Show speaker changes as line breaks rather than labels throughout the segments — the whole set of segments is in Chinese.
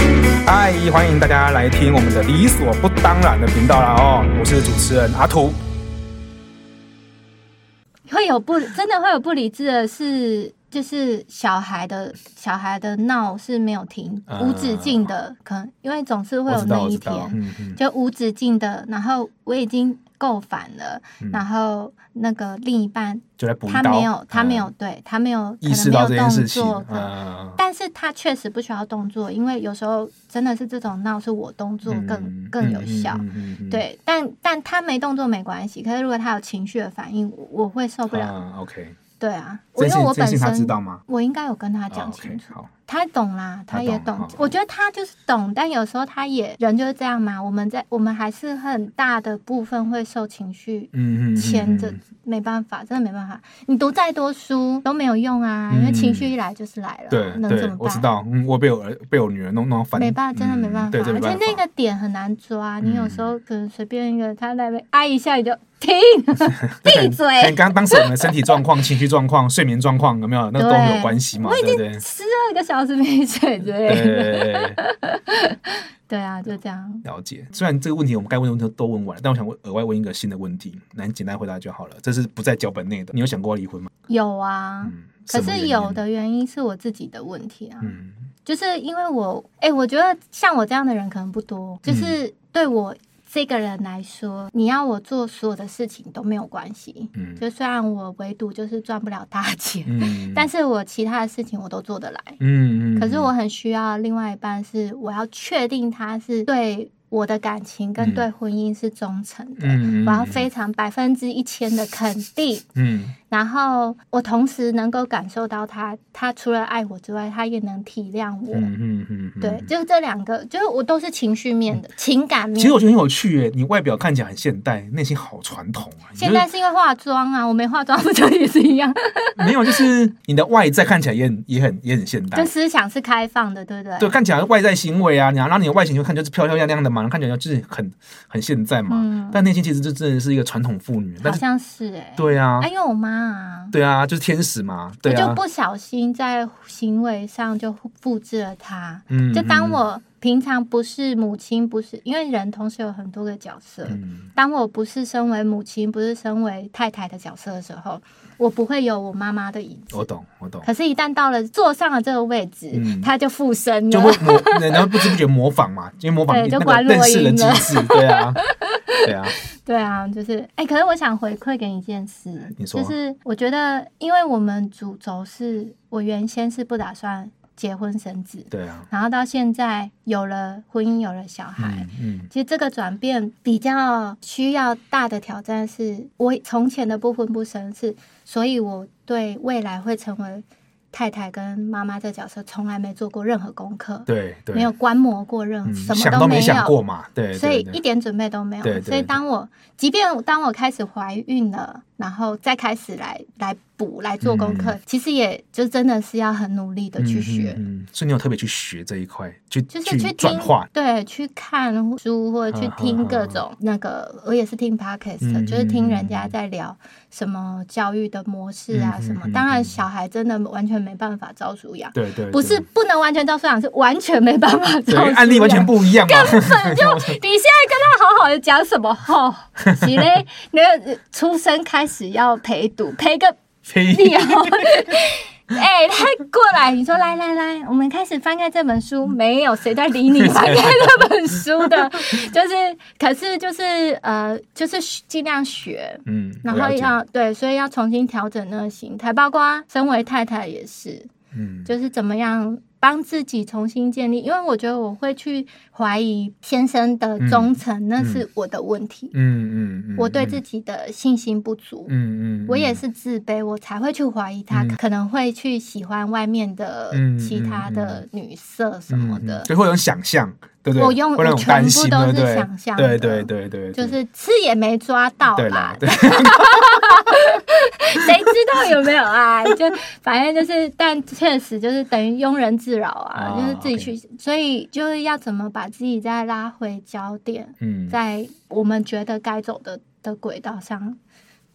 集，欢迎大家来听我们的理所不当然的频道啦哦，我是主持人阿图。
会有不真的会有不理智的是，就是小孩的小孩的闹是没有停，
啊
无止境的，可能因为总是会
我
有
知道
那
我
一
知道
天，
嗯嗯，
就无止境的。然后我已经够烦了，
嗯
然后那个另一半
就来补一
他
刀。
没有他没
嗯
有对他没有可
意识
能
到
没
这
有
件
动
事情
作，，可能
嗯，
但是他确实不需要动作，因为有时候真的是这种闹是我动作更、
嗯
更有效。，
嗯嗯嗯嗯嗯
对，但但他没动作没关系，可是如果他有情绪的反应，我我会受不了。
啊，OK，
对啊，我
这
因
件
为我
事这
本
件事他知
身
道吗？
我应该有跟他
他
讲清楚，
好，
他懂啦，
他
他也
懂哦
懂。
好
我觉得他就是懂，但有时候他也人就是这样嘛。我们在我们还是很大的部分会受情绪
嗯嗯嗯嗯，
牵着
嗯，
没办法，真的没办法。你读再多书都没有用啊，因为情绪一来就是来了，
嗯对
能怎
对
么，
我知
办？
道，嗯，我被我儿被我女儿弄弄到烦，
没办法，真的没
嗯
办法，
对，真的
而
没
且
办
那
法嗯
个点很难抓。你有时候可能随便一个，他来被挨啊一下，你就 停，闭嘴。
跟哎刚刚当时我们的身体状况、情绪状况、睡眠状况有没有，那都
对
有关系嘛，对不对？
十二个小时没睡之类的，
对，
对啊，就这样。
了解。虽然这个问题我们该问的问题都问完了，但我想问额外问一个新的问题，来简单回答就好了。这是不在脚本内的。你有想过要离婚吗？
有啊，
嗯，
可
什么
是
原
有
因，
的原因是我自己的问题啊，
嗯
就是因为我，哎、我觉得像我这样的人可能不多，
嗯
就是对我这个人来说，你要我做所有的事情都没有关系。
嗯
就虽然我唯独就是赚不了大钱，
嗯，
但
是
是我其他的事情我都做得来。
嗯嗯，
可是我很需要另外一半是，我要确定他是对我的感情跟
嗯
对婚姻是忠诚的。
嗯，嗯
我要非常百分之一千的肯定，
嗯
然后我同时能够感受到他，他除了爱我之外，他也能体谅我。
嗯嗯嗯嗯，
对，。就是这两个，就是我都是情绪面的、情感
其
面
实。我觉得很有趣耶，你外表看起来很现代，内心好传统啊。你就
现在是因为化妆啊，我没化妆不就也是 一样？
没有，就是你的外在看起来也很也很也很现代
就，思想是开放的，对不对？
对，看起来外在行为啊，你然后你的外形就看就是漂漂亮亮的嘛，看起来就是很很现在嘛，
嗯
但内心其实就真的是一个传统妇女，
好
但是
像是哎、欸。
对啊，
哎，因为我妈啊，
对啊，就是天使嘛，对
我就
啊，
不小心在行为上就复制了她。
嗯
就当我平常不是母亲，不是因为人同时有很多个角色，
嗯
当我不是身为母亲，不是身为太太的角色的时候，我不会有我妈妈的影
我
子。
懂，我懂，
可是，一旦到了坐上了这个位置，
哦嗯
她就附身
就
了
会。模，然后不知不觉模仿嘛，因为模仿
对
那
就
个
关
认
落
识的
音
机
了
制，对啊，对啊，
对啊，就是哎、可是我想回馈给你一件事，
你说
就是我觉得，因为我们主轴是我原先是不打算结婚生子，
对 啊，
然后到现在有了婚姻，有了小孩，
嗯嗯
其实这个转变比较需要大的挑战是，我从前的不婚不生是，所以我对未来会成为太太跟妈妈这角色从来没做过任何功课，
对对，
没有观摩过任何，
嗯
什
想
么
都
没有，
想过嘛，对，
所以
对
一
对
点准备都没有。
对对
所以当我即便当我开始怀孕了，然后再开始来来补来做功课，其实也就真的是要很努力的去学。
嗯嗯嗯嗯，所以你有特别去学这一块，去
就是去听
转化，
对，去看书或者去听各种那个，我也是听 podcast，的、
嗯
就是听人家在聊什么教育的模式啊
嗯
什么。
嗯嗯
当
嗯
然，小孩真的完全没办法照书养，
对对，
不是
对
不能完全照书养，是完全没办法照
对，
书
因为
养。
案例完全不一样嘛，
本就你现在跟他好好的讲什么吼？是嘞，那个呃出生开始要陪读，陪个
非
屁哦！哎、他过来，你说来来来，我们开始翻开这本书，没有谁在理你翻开这本 书的，就是，可是就是呃，就是尽量学，
嗯，
然
我
后
了解
要对，所以要重新调整那个心态，包括身为太太也是，
嗯，
就是怎么样帮自己重新建立，因为我觉得我会去怀疑先生的忠诚，那是我的问题，
嗯嗯嗯，
我对
嗯
自己的信心不足。
嗯嗯，
我也
嗯
是自卑，我才会去怀疑他、
嗯
可能会去喜欢外面的
嗯
其他的女色什么的，
就会有种想象，对不对？
我用
会有那
我
种
全
担
部
心，
都
对
是
不对？
想象
对
的
对对对，
就
对
是吃也没抓到
对
啦
啦，，对，
谁知道有没有啊？就反正就是，但确实就是等于庸人自扰啊，
啊
就是自己去，所以就是要怎么把自己再拉回焦点，
嗯，
在我们觉得该走的的轨道上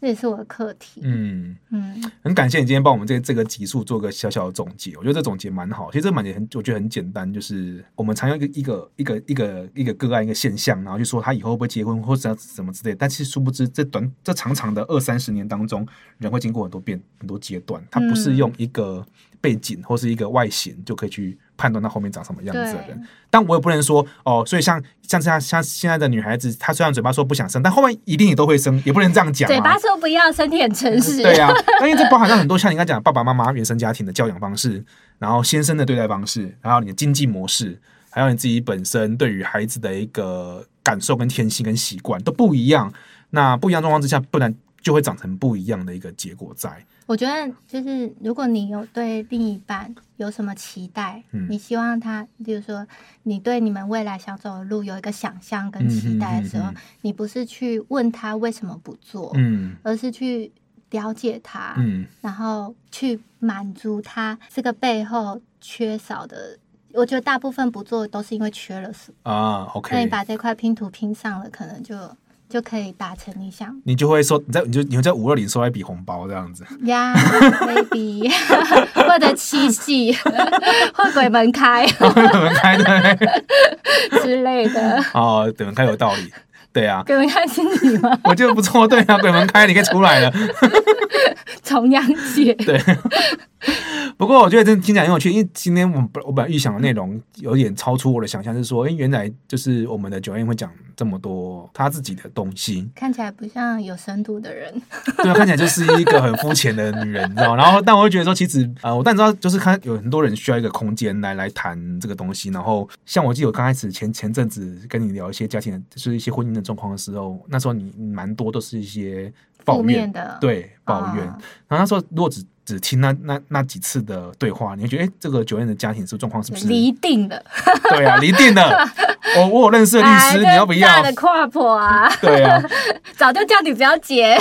这也是我的课题。
嗯，
嗯，
很感谢你今天帮我们这这个集数做个小小的总结，我觉得这总结蛮好。其实这蛮也很，我觉得很简单，就是我们常用一个一个一个一个一个个案一个现象，然后就说他以后会不会结婚或者怎么之类的。但其实殊不知，这短这长长的二三十年当中，人会经过很多变很多阶段，他不是
嗯
用一个背景或是一个外形就可以去判断他后面长什么样子的
对
人。但我也不能说哦，所以像像像像现在的女孩子，她虽然嘴巴说不想生，但后面一定也都会生，也不能这样讲、啊。
嘴巴说不要，身体很诚 实。
对呀、啊，那因为这包含到很多像你刚才讲的爸爸妈妈原生家庭的教养方式，然后先生的对待方式，然后你的经济模式，还有你自己本身对于孩子的一个感受跟天性跟习惯都不一样。那不一样的状况之下，不然就会长成不一样的一个结果在。
我觉得就是，如果你有对另一半有什么期待，
嗯
你希望他，比如说你对你们未来想走的路有一个想象跟期待的时
嗯
候，
嗯嗯
你不是去问他为什么不做，
嗯
而是去了解他，
嗯
然后去满足他这个背后缺少的。我觉得大部分不做都是因为缺了什么，
啊
那
，OK，
你把这块拼图拼上了，可能就就可以达成你想
你就会说你在你就你会在五二零收到一笔红包这 样子。
呀，maybe 或者七夕， 或鬼门开
等开对，
之类 的。
哦，等开有道理，对啊。
鬼门开是你吗？
我觉得不错，对啊，鬼门开，你可以出来了。
重阳节，
对。 不过我觉得真听起来很有趣，因为今天我们本我本来预想的内容有点超出我的想象，是说，哎，原来就是我们的九燕会讲这么多他自己的东西，
看起来不像有深度的人。
对，啊看起来就是一个很肤浅的女人，你知道吗？然后，但我会觉得说，其实呃，我但知道，就是看有很多人需要一个空间来来谈这个东西。然后，像我记得我刚开始前前阵子跟你聊一些家庭的，就是一些婚姻的状况的时候，那时候你你蛮多都是一些抱
负面
怨
的
对抱怨。
啊
然后那时候如果只只听那那那几次的对话，你会觉得，哎，这个九院的家庭是不是状况是不是？
离定了，
对啊，离定 了。我我有认识的律
哎
师，你要不
这
要
大？的跨婆啊，
对啊，
早就叫你不要结。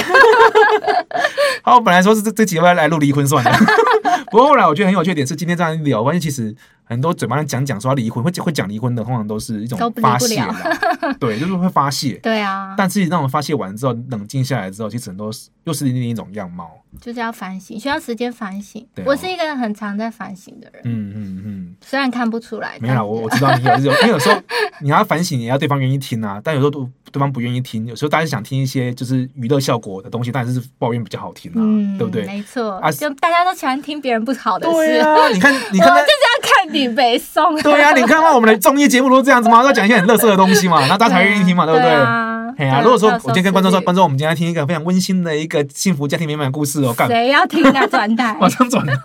好，我本来说是这这几位来录离婚算了， 不过后来我觉得很有趣的点是，今天这样一聊，发现其实很多嘴巴上讲讲说要离婚，会会讲离婚的，通常都是一种
都不离
发
不
泄
了
啦， 对，就是会发泄。
对啊，
但是那种发泄完之后，冷静下来之后，其实很多是又是另一种样貌。
就是要反省，需要时间反省
对。啊
我是一个很常在反省的人，
嗯嗯嗯，
虽然看不出来。
没有啦，
但
我我知道你有有，因为有时候你要反省，也要对方愿意听啊。但有时候对对方不愿意听，有时候大家想听一些就是娱乐效果的东西，但是抱怨比较好听啊，
嗯，
对不对？
没错，
啊
就大家都喜欢听别人不好的事。
对啊，你看你
我
看那
就是要看你啊北宋。
对啊呀、你看到我们的综艺节目都这样子吗？都讲一些很乐色的东西嘛，然后大家才愿意听嘛，对不对？
啊
哎呀、如果说我今天跟观众说，
到
观众，我们今天听一个非常温馨的一个幸福家庭美满的故事哦，
时候
干
是，谁要听他转
？
台
马上转 台。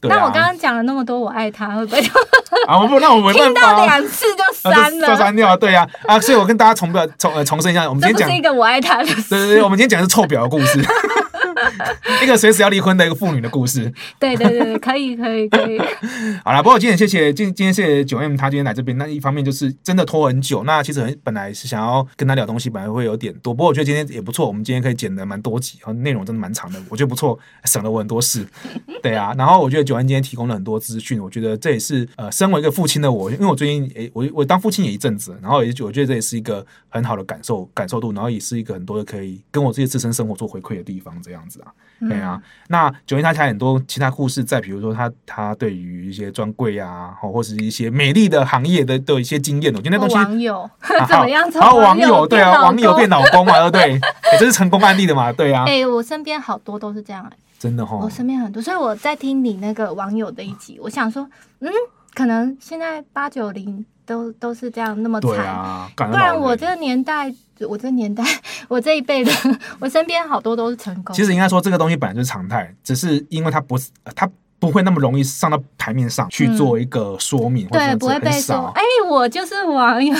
对
那
啊，
我刚刚讲了那么多，我爱他，会不会
啊，我不，那我没办
听
法
到
啊，
两次就
啊
删
就就
了？
删掉，对呀、啊，所以我跟大家重表重呃重申一下，我们今
这
天讲
不是一，个我爱他的事。
对对对，我们今天讲的是臭婊的故 事，一个随时要离婚的一个妇女的故事。
对对对对，可以可以可以。
好啦，不过今天谢谢今今天谢谢九 M 他今天来这边，那一方面就是真的拖很久，那其实很本来是想要跟他聊东西，本来会有点多，不过我觉得今天也不错，我们今天可以剪的蛮多集，然后内容真的蛮长的，我觉得不错，省了我很多事。对啊，然后我觉得九 M 今天提供了很多资讯，我觉得这也是呃，身为一个父亲的我，因为我最近诶，我我当父亲也一阵子，然后也我觉得这也是一个很好的感受感受度，然后也是一个很多的可以跟我自己自身生活做回馈的地方，这样子啊。对啊，那九一他还有很多其他故事在，比如说他他对于一些专柜啊，或或是一些美丽的行业的都有一些经验哦。我觉 得那
或
东西，
网友
啊
怎么样？从
然后网友对
变
啊，
老
网友
公
变。老公嘛，对不 对？也这是成功案例的嘛，对啊，哦
哎，我身边好多都是这样哎，
真的哈
我。身边很多，所以我在听你那个网友的一集，我想说，嗯，可能现在八九零都都是这样那么
对
惨，
啊，感
不
恩老
然
人
我这个年代，我这个年代， 我这一辈的， 我身边好多都是成功。
其实应该说这个东西本来就是常态，只是因为它不是呃它不会那么容易上到台面上去做一个说明，或者
嗯对，
是
不会被
很
说
少，
哎、我就是网友，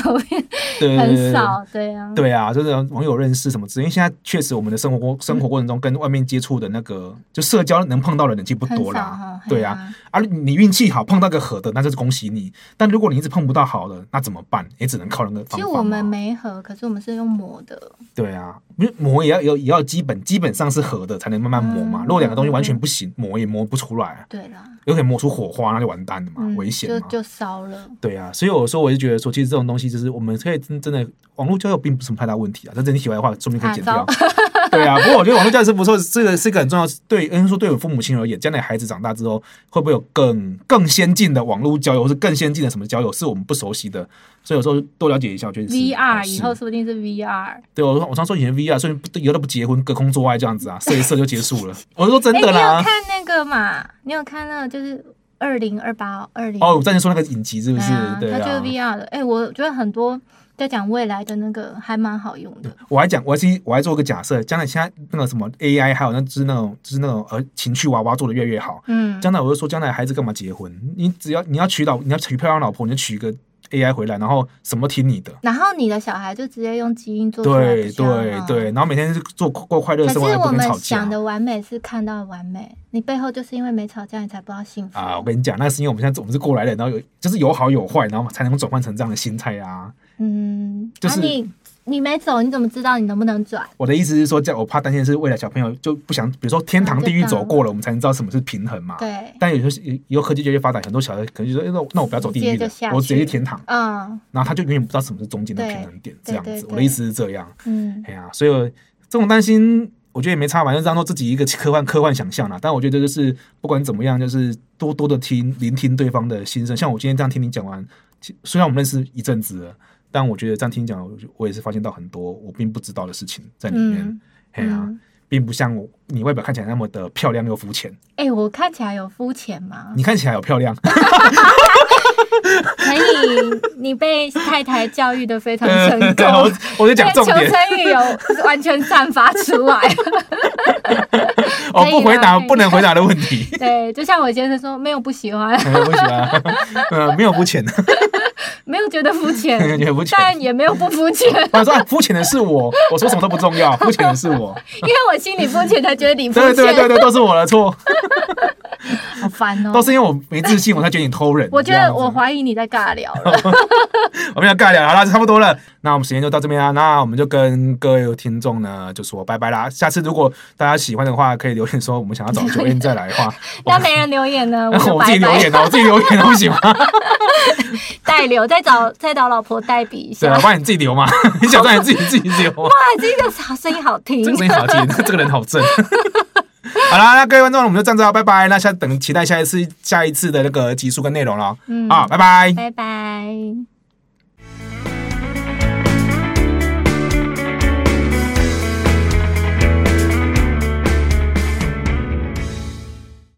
对
很少，对啊，
对啊，就是网友认识什么之类，因为现在确实我们的生活
嗯
过生活过程中跟外面接触的那个就社交能碰到的人其实不
很
多
少哈
啦。。对啊，，啊你运气好碰到个好的，那就是恭喜你；但如果你一直碰不到好的，那怎么办？也只能靠那个方
其
法
实
嘛。
我们没
啊
合，可是我们是用磨的，
对啊，因为磨也要有也要基本基本上是合的才能慢慢磨嘛。
嗯
如果两个东西完全不行，磨也磨不出来，啊
对啦，
有可能磨出火花，那就完蛋了嘛，
嗯，
危险
就
嘛。
就烧了。
对啊，所以我说我就觉得说，其实这种东西就是我们可以真真的网络交友并不是什么太大问题啊。但真的题外话，说不定可以剪掉。
啊糟
对啊，不过我觉得网络教育是不错，这个是一个很重要，对，应该说对我父母亲而言，将来孩子长大之后，会不会有更更先进的网络交友，或是更先进的什么交友，是我们不熟悉的，所以有时候多了解一下，我觉得是好
VR
事
以后说不定是 VR。
对我说我常说以前 VR，所以不以后都不结婚，隔空做爱这样子啊，射一射就结束 了。我是说真
哎、
的
你有
啦，
看那个嘛？你有看那个就是二零二八二零
哦，我之前说那个影集是不是？对
它嗯就是
啊。
VR 的。哎、我觉得很多在讲未来的那个还蛮好用的。
我还讲，我还是我还做个假设，将来现在那个什么 AI，还有那就是那种就是那种呃情趣娃娃做的越来越好，
嗯，
将来我就说，将来孩子干嘛结婚？你只要你要娶老，你要娶漂亮老婆，你就娶一个 AI 回来，然后什么都听你的。
然后你的小孩就直接用基因做出来
对
的小孩
对对，然后每天就做过快乐的
可
生活，还
是
不
我
跟
们
人吵架
想。的完美是看到完美，你背后就是因为没吵架，你才不知道幸福。
啊，我跟你讲，那是因为我们现在我们是过来人，然后有就是有好有坏，然后才能转换成这样的心态啊。
嗯，
就是
啊、你你没走，你怎么知道你能不能转？
我的意思是说，这样我怕担心的是未来小朋友就不想，比如说天堂地狱走过了，我们才能知道什么是平衡嘛。
对，
但有时候以后科技越来越发展，很多小孩可能就说：“哎，那我那我不要走地狱
直接
的
就下，去
我直接去天堂。
嗯”
然后他就永远不知道什么是中间的
对
平衡点，这
对
样
对
子。
对
我的意思是这样。
嗯，
哎呀，所以我这种担心，我觉得也没差吧，就当做自己一个科幻科幻想象啦。但我觉得就是不管怎么样，就是多多的听聆听对方的心声。像我今天这样听你讲完，其虽然我们认识一阵子了，但我觉得这样听你讲，我就我也是发现到很多我并不知道的事情在里面
嗯。
哎呀、
嗯
并不像我你外表看起来那么的漂亮又肤浅，
哎、我看起来有肤浅吗？
你看起来有漂亮，
可以，你被太太教育的 非常成
对我
功。
我就讲重
求
点，
生欲有完全散发出来，
我、
可
哦
以
不回答
啦可以
不能回答的问题，
对，就像我先生说，没有不喜欢，
哎不喜欢，呃，没有肤浅的，
没有觉得肤 浅，
没有肤浅。
但也没有不肤浅，
我说啊肤浅的是我，我说什么都不重要，肤浅的是我。
因为我心里肤浅，才觉得你肤
对
浅，
对对对，都是我的错，
好烦哦、
都是因为我没自信，我才觉得你偷人。
我觉
这样
得
子
我怀疑你在尬聊了，
我们要尬聊好了，差不多了。那我们时间就到这边啦，那我们就跟各位听众呢就说拜拜啦。下次如果大家喜欢的话，可以留言说我们 想要找九 N 再来的话，
但没人留言 呢，我
我
就
我自己
拜
留
拜
言哦，我自己留言都不行吗？
代留，再找再找老婆代笔一
对，
下。
我
哇，
帮你自己留嘛， 你想让你自己自己留啊。
这个好声音好听
这个，声音好听，这个人好正。好啦，那各位观众，我们就这样子啊啦，拜拜。那下等期待下一次下一次的那个集数跟内容了。
嗯
啊，拜拜。
拜拜。